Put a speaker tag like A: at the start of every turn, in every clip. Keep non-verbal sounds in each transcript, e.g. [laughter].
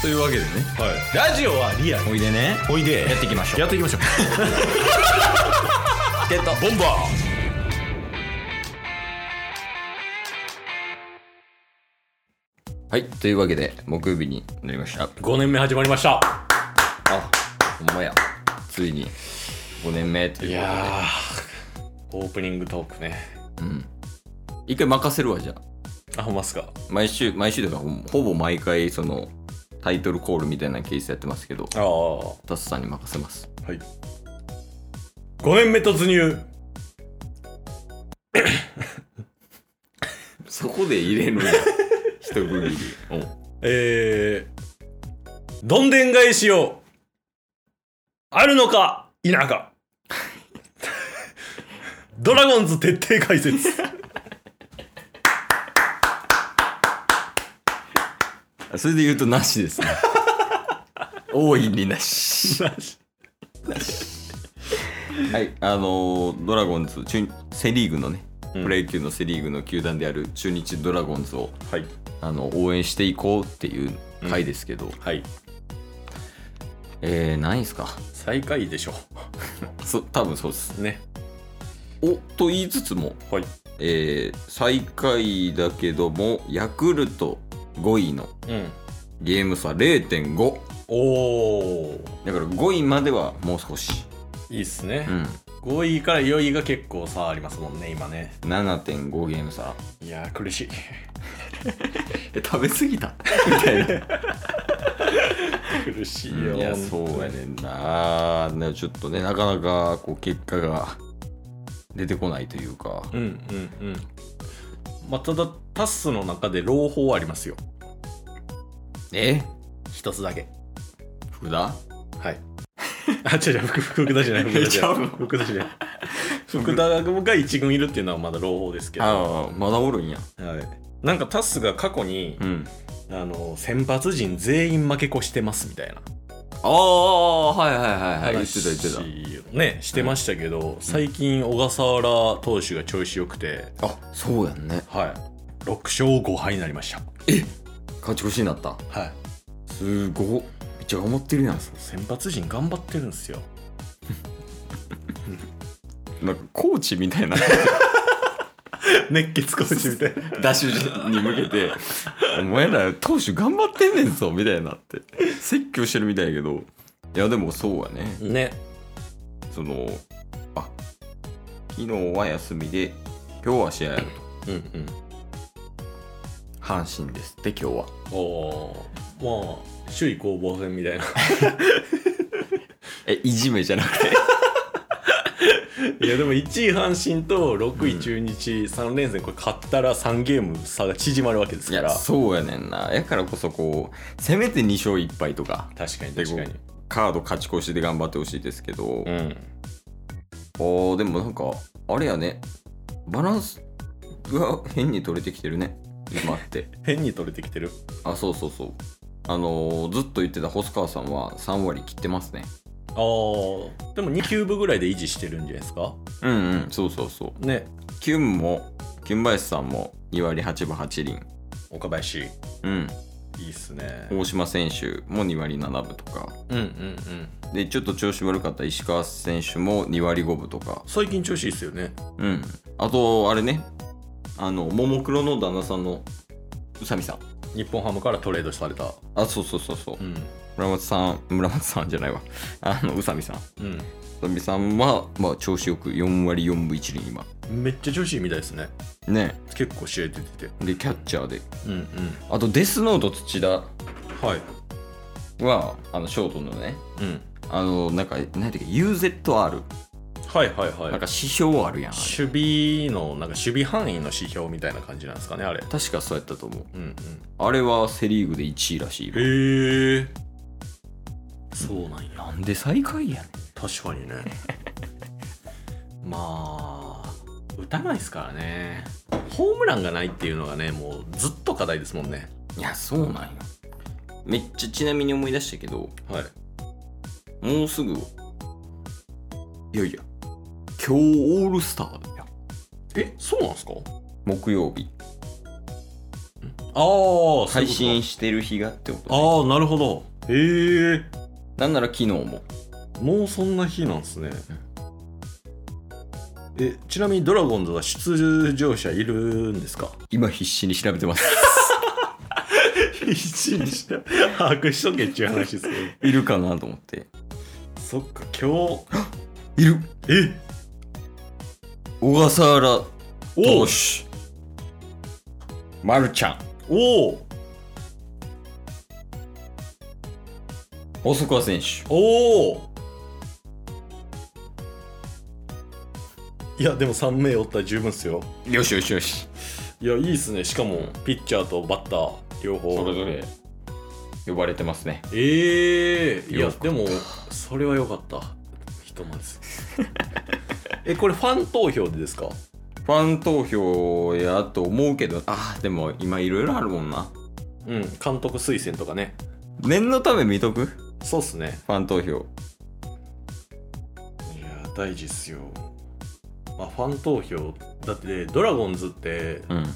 A: というわけでね
B: はい、ラジオはリアル
A: おいでね
B: おいで
A: やっていきましょう
B: やっていきましょう
A: ってた
B: ボンバ
A: はいというわけで木曜日になりました
B: ー5年目始まりました
A: あほんまやついに5年目と
B: い
A: いうこ
B: やーオープニングトークね
A: とでうん一回任せるわじゃあ
B: あほんまっすか
A: 毎週毎週というかほんほぼ毎回そのタイトルコールみたいなケースやってますけど
B: ああは
A: タスさんに任せます
B: い5年目突入
A: そこで入れるんや [laughs] 一区切り
B: えー、どんでん返しをあるのか否 [laughs] かドラゴンズ徹底解説 [laughs]
A: あそれで言うとなしです [laughs] ね大いになしはい、あのードラゴンズ、中セ・リーグのね、
B: うん
A: プロ野球のセ・リーグの球団である中日ドラゴンズを
B: はい
A: あの応援していこうっていう回ですけど、
B: はい
A: えー、ないんすか
B: 最下位でしょ
A: そ多分そうです。
B: ね
A: おと言いつつも、
B: はい
A: えー最下位だけども、ヤクルト5位の
B: うん
A: ゲーム差0.5、
B: おお
A: だから5位まではもう少し、
B: いいっすね
A: う、ん、
B: 5位から4位が結構差ありますもんね今ね
A: 7.5ゲーム差。
B: いやー苦 [laughs] しい
A: え食べ過ぎた [laughs] みたいな。
B: 苦し
A: いやそうやねんなねちょっとねなかなかこう結果が出てこないというか
B: うんうんうんまあただタスの中で朗報ありますよ
A: え
B: 一つだけ
A: 福田 [laughs]
B: はい。あ、違う違う、福福田じゃない、福田じゃない。福田じゃ
A: [laughs]
B: ない。福田が一軍いるっていうのはまだ朗報ですけど、は
A: ああまだおるんや
B: い、なんかタスが過去に
A: う、ん
B: あの先発陣全員負け越してますみたいな
A: ああはいはいはいはい言って
B: 話
A: た言って
B: をねしてましたけど、最近小笠原投手が調子よくて、
A: たあそうやんね
B: はい、6勝5敗になりました、
A: 勝ち越しになった
B: はい、
A: すごっめっちゃ頑張ってるやん
B: 先発陣頑張ってるんですよ
A: なんかコーチみ [laughs] たいな
B: [laughs] 熱血コーチみたいな
A: ダッシュに向けて「 [laughs] お前ら投手頑張ってんねんぞ」みたいになって説教してるみたいやけどいやでもそうやね
B: [laughs] ね
A: そのあ昨日は休みで今日は試合あると
B: うんうん
A: 阪神ですって今日は
B: おーまあ首位攻防戦みたい [laughs] な
A: えいじめじゃなくて
B: いやでも1位阪神と6位中日3連戦これ勝ったら3ゲーム差が縮まるわけです
A: い
B: か
A: や
B: ら
A: そうやねんなやからこそこうせめて2勝1敗とか
B: 確かに確かに
A: カード勝ち越しで頑張ってほしいですけど、あ
B: ん
A: ーでもなんかあれやねバランスが変に取れてきてるね今って [laughs]
B: 変に取れてきてる
A: あそうそうそうあのーずっと言ってた細川さんは3割切ってますね
B: ああでも2球部ぐらいで維持してるんじゃないですか
A: うんうんそうそうそう
B: ね
A: キュンも、キュンバイスさんも2割8分8厘。
B: 岡林い
A: うん。
B: いっすね
A: 大島選手も2割7分とか。
B: うんうんうん
A: で、ちょっと調子悪かった石川選手も2割5分とか。
B: 最近調子いいっすよね
A: うん。あと、あれね。あの、ももクロの旦那さんの宇佐美さん。
B: 日本ハムからトレードされた
A: あ、そうそうそうそう。
B: うん
A: 村松さん、村松さんじゃないわ。 [laughs] あの、宇佐美さん。宇
B: う
A: 佐美さんは、まあ、調子よく4割4分1厘今。
B: んめっちゃ調子いいみたいですね
A: ね。
B: 結構試合出てて
A: で、キャッチャーで。
B: うんうん
A: あと、デスノート土田
B: はい
A: は、あの、ショートのね、
B: うん
A: あの、なんか、何ていうか、UZR。
B: はいはいはい
A: なんか指標あるやん。あれ
B: 守備のなんか守備範囲の指標みたいな感じなんですかねあれ
A: 確かそうやったと思う。
B: うん
A: あれはセ・リーグで1位らしいよ
B: うん。へえそうなんや
A: なんで最下位やね
B: 確かにね [laughs] まあ打たないですからねホームランがないっていうのがねもうずっと課題ですもんね
A: ん。いや、そうなんよ。めっちゃちなみに思い出したけど、
B: はい
A: もうすぐ、いやいや、今日オールスターだよ。
B: えそうなんですか
A: 木曜日。
B: ああ
A: 配信してる日がってこと、ね、
B: ああなるほどへえ
A: なんなら昨日も
B: もうそんな日なんですねえちなみにドラゴンズは出場者いるんですか
A: 今必死に調べてます [laughs]
B: 必死にした把握しとけっちゅう話ですけど
A: いるかなと思って
B: [laughs] そっか今
A: いる
B: 日え
A: 小笠原
B: お
A: 投手まるちゃん
B: おお
A: 細川選手
B: おおいやでも3名おったら十分っすよ
A: よしよしよし
B: いやいいっすねしかもピッチャーとバッター両方
A: それぞれ呼ばれてますね
B: ええいや
A: よかった
B: でもそれは良かったひとまず [laughs] えこれファン投票でですか
A: ファン投票やと思うけどあーでも今いろいろあるもんな
B: うん監督推薦とかね
A: 念のため見とくフ
B: そうっすね
A: ァン投票
B: いや大事っすよまあファン投票だってドラゴンズって
A: うん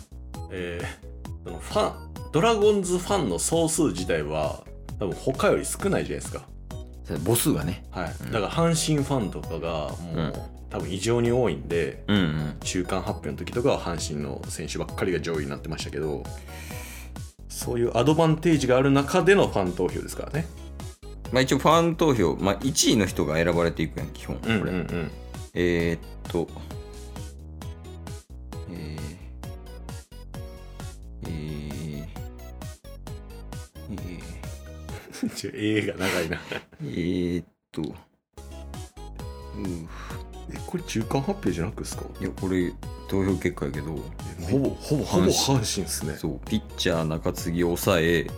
B: えーそのファンドラゴンズファンの総数自体は多分他より少ないじゃないですか、
A: 母数がね
B: はい
A: うん
B: だから阪神ファンとかがもう、
A: うん
B: 多分異常に多いんで
A: うんうん
B: 中間発表の時とかは阪神の選手ばっかりが上位になってましたけどそういうアドバンテージがある中でのファン投票ですからね
A: まあ一応ファン投票、まあ、1位の人が選ばれていくやん基本これ、
B: これうん
A: えー、っとえー、えー、えー、
B: [laughs] ちょ映画長いな
A: えー、っとうー
B: えこれ中間発表じゃなくですか
A: いやこれ投票結果やけど
B: ほぼほ
A: ほ
B: ぼほ
A: ぼ
B: ぼ阪神ですね
A: そうピッチャー中継ぎ抑え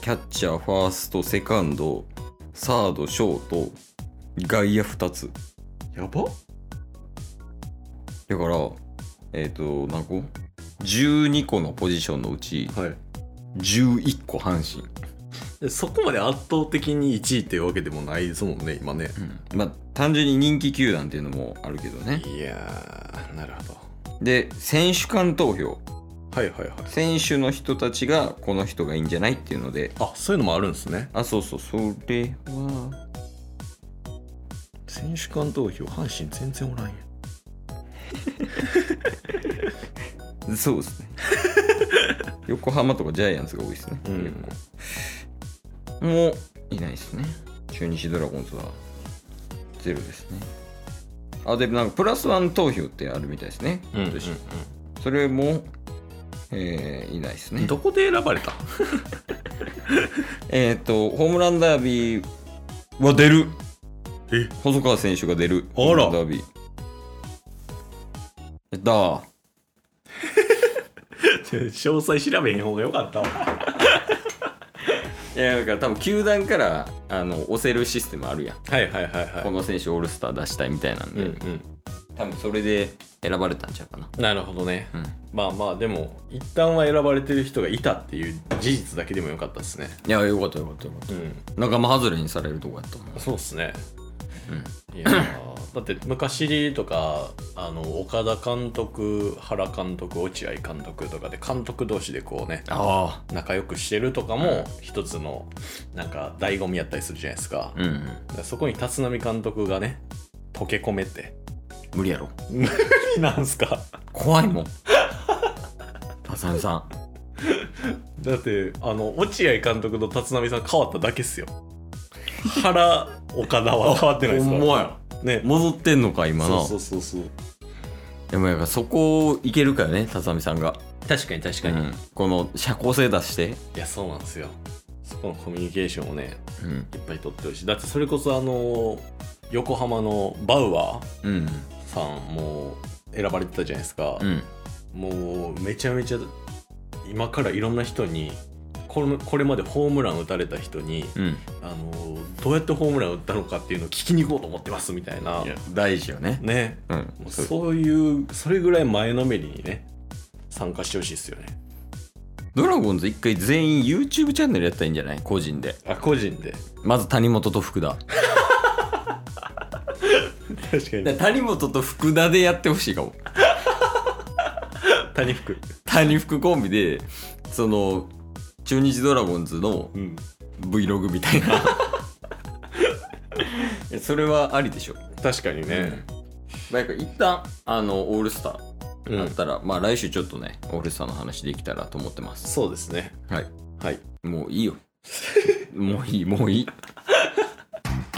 A: キャッチャーファーストセカンドサードショート外野2つ
B: やば
A: だからえっ、と何個 ?12 個のポジションのうち
B: はい
A: 11個阪神、
B: でそこまで圧倒的に1位っていうわけでもないですもんね今ね
A: まあ単純に人気球団っていうのもあるけどね
B: いやーなるほど
A: で選手間投票
B: はいはいはい
A: 選手の人たちがこの人がいいんじゃないっていうので
B: あそういうのもあるんですね
A: あそうそうそれは
B: 選手間投票阪神全然おらんや
A: そうですね [laughs] 横浜とかジャイアンツが多いですね、
B: うん
A: 結構もういないですね中日ドラゴンズはゼロですねあでもなんかプラスワン投票ってあるみたいですね今年、それも、えーいないですね
B: どこで選ばれた
A: えっ、とホームランダービーは出る
B: え
A: 細川選手が出る
B: あら
A: ホームランダービーやったー
B: 詳細調べへん方がよかったわ
A: いやだから多分球団からあの押せるシステムあるやん
B: はいはいはいは
A: この選手オールスター出したいみたいなん
B: う
A: で、
B: ん
A: 多分それで選ばれたんちゃうかな、
B: うんなるほどね
A: うん、
B: まあまあでも一旦は選ばれてる人がいたっていう事実だけでもよかったですね
A: いやよかったよかったよかっ
B: うん
A: た仲間外れにされるとこやったもん
B: そうっすね
A: うん
B: いやーだって昔とかあの岡田監督原監督落合監督とかで監督同士でこうね
A: あ
B: 仲良くしてるとかも一つのなんか醍醐味やったりするじゃないですか,、
A: うん、うん、
B: そこに立浪監督がね溶け込めて [laughs]
A: 無理やろ
B: 無理なんすか
A: 怖い
B: [laughs]
A: もん浅見さん
B: だってあの落合監督と立浪さん変わっただけっす [laughs] よ原岡田は変わってないですか
A: ほん
B: ら
A: まや
B: ね
A: 戻ってんのか今な
B: そうそうそうそう
A: でもやっぱそこをいけるからね辰巳さんが、
B: 確かに確
A: うんこの社交性出して、
B: いやそうなんですよそこのコミュニケーションをね
A: うん
B: いっぱい取ってるしだってそれこそあの横浜のバウアー
A: うん
B: さんも選ばれてたじゃないですか
A: う、ん
B: もうめちゃめちゃ今からいろんな人にこれこれまでホームラン打たれた人に
A: うん
B: あのどうやってホームラン打ったのかっていうのを聞きに行こうと思ってますみたいない
A: や大事よね
B: ね
A: うん
B: もう
A: そう
B: そういうそれぐらい前のめりにね参加してほしいですよね
A: ドラゴンズ一回全員 YouTube チャンネルやったらいいんじゃない個人で
B: あ個人で
A: まず谷本と福田
B: 確か
A: だから谷本と福田でやってほしいかも
B: 谷福
A: 谷福コンビでその中日ドラゴンズの
C: うん
A: Vlog みたい [laughs] ないやそれはありでしょ
C: 確かにね、
A: なんか一旦あのオールスター
C: うん
A: だったら、まあ来週ちょっとねオールスターの話できたらと思ってます
C: そうですね
A: はい
C: はい
A: もういいよ [laughs] もういいもういい [laughs]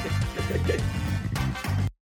B: す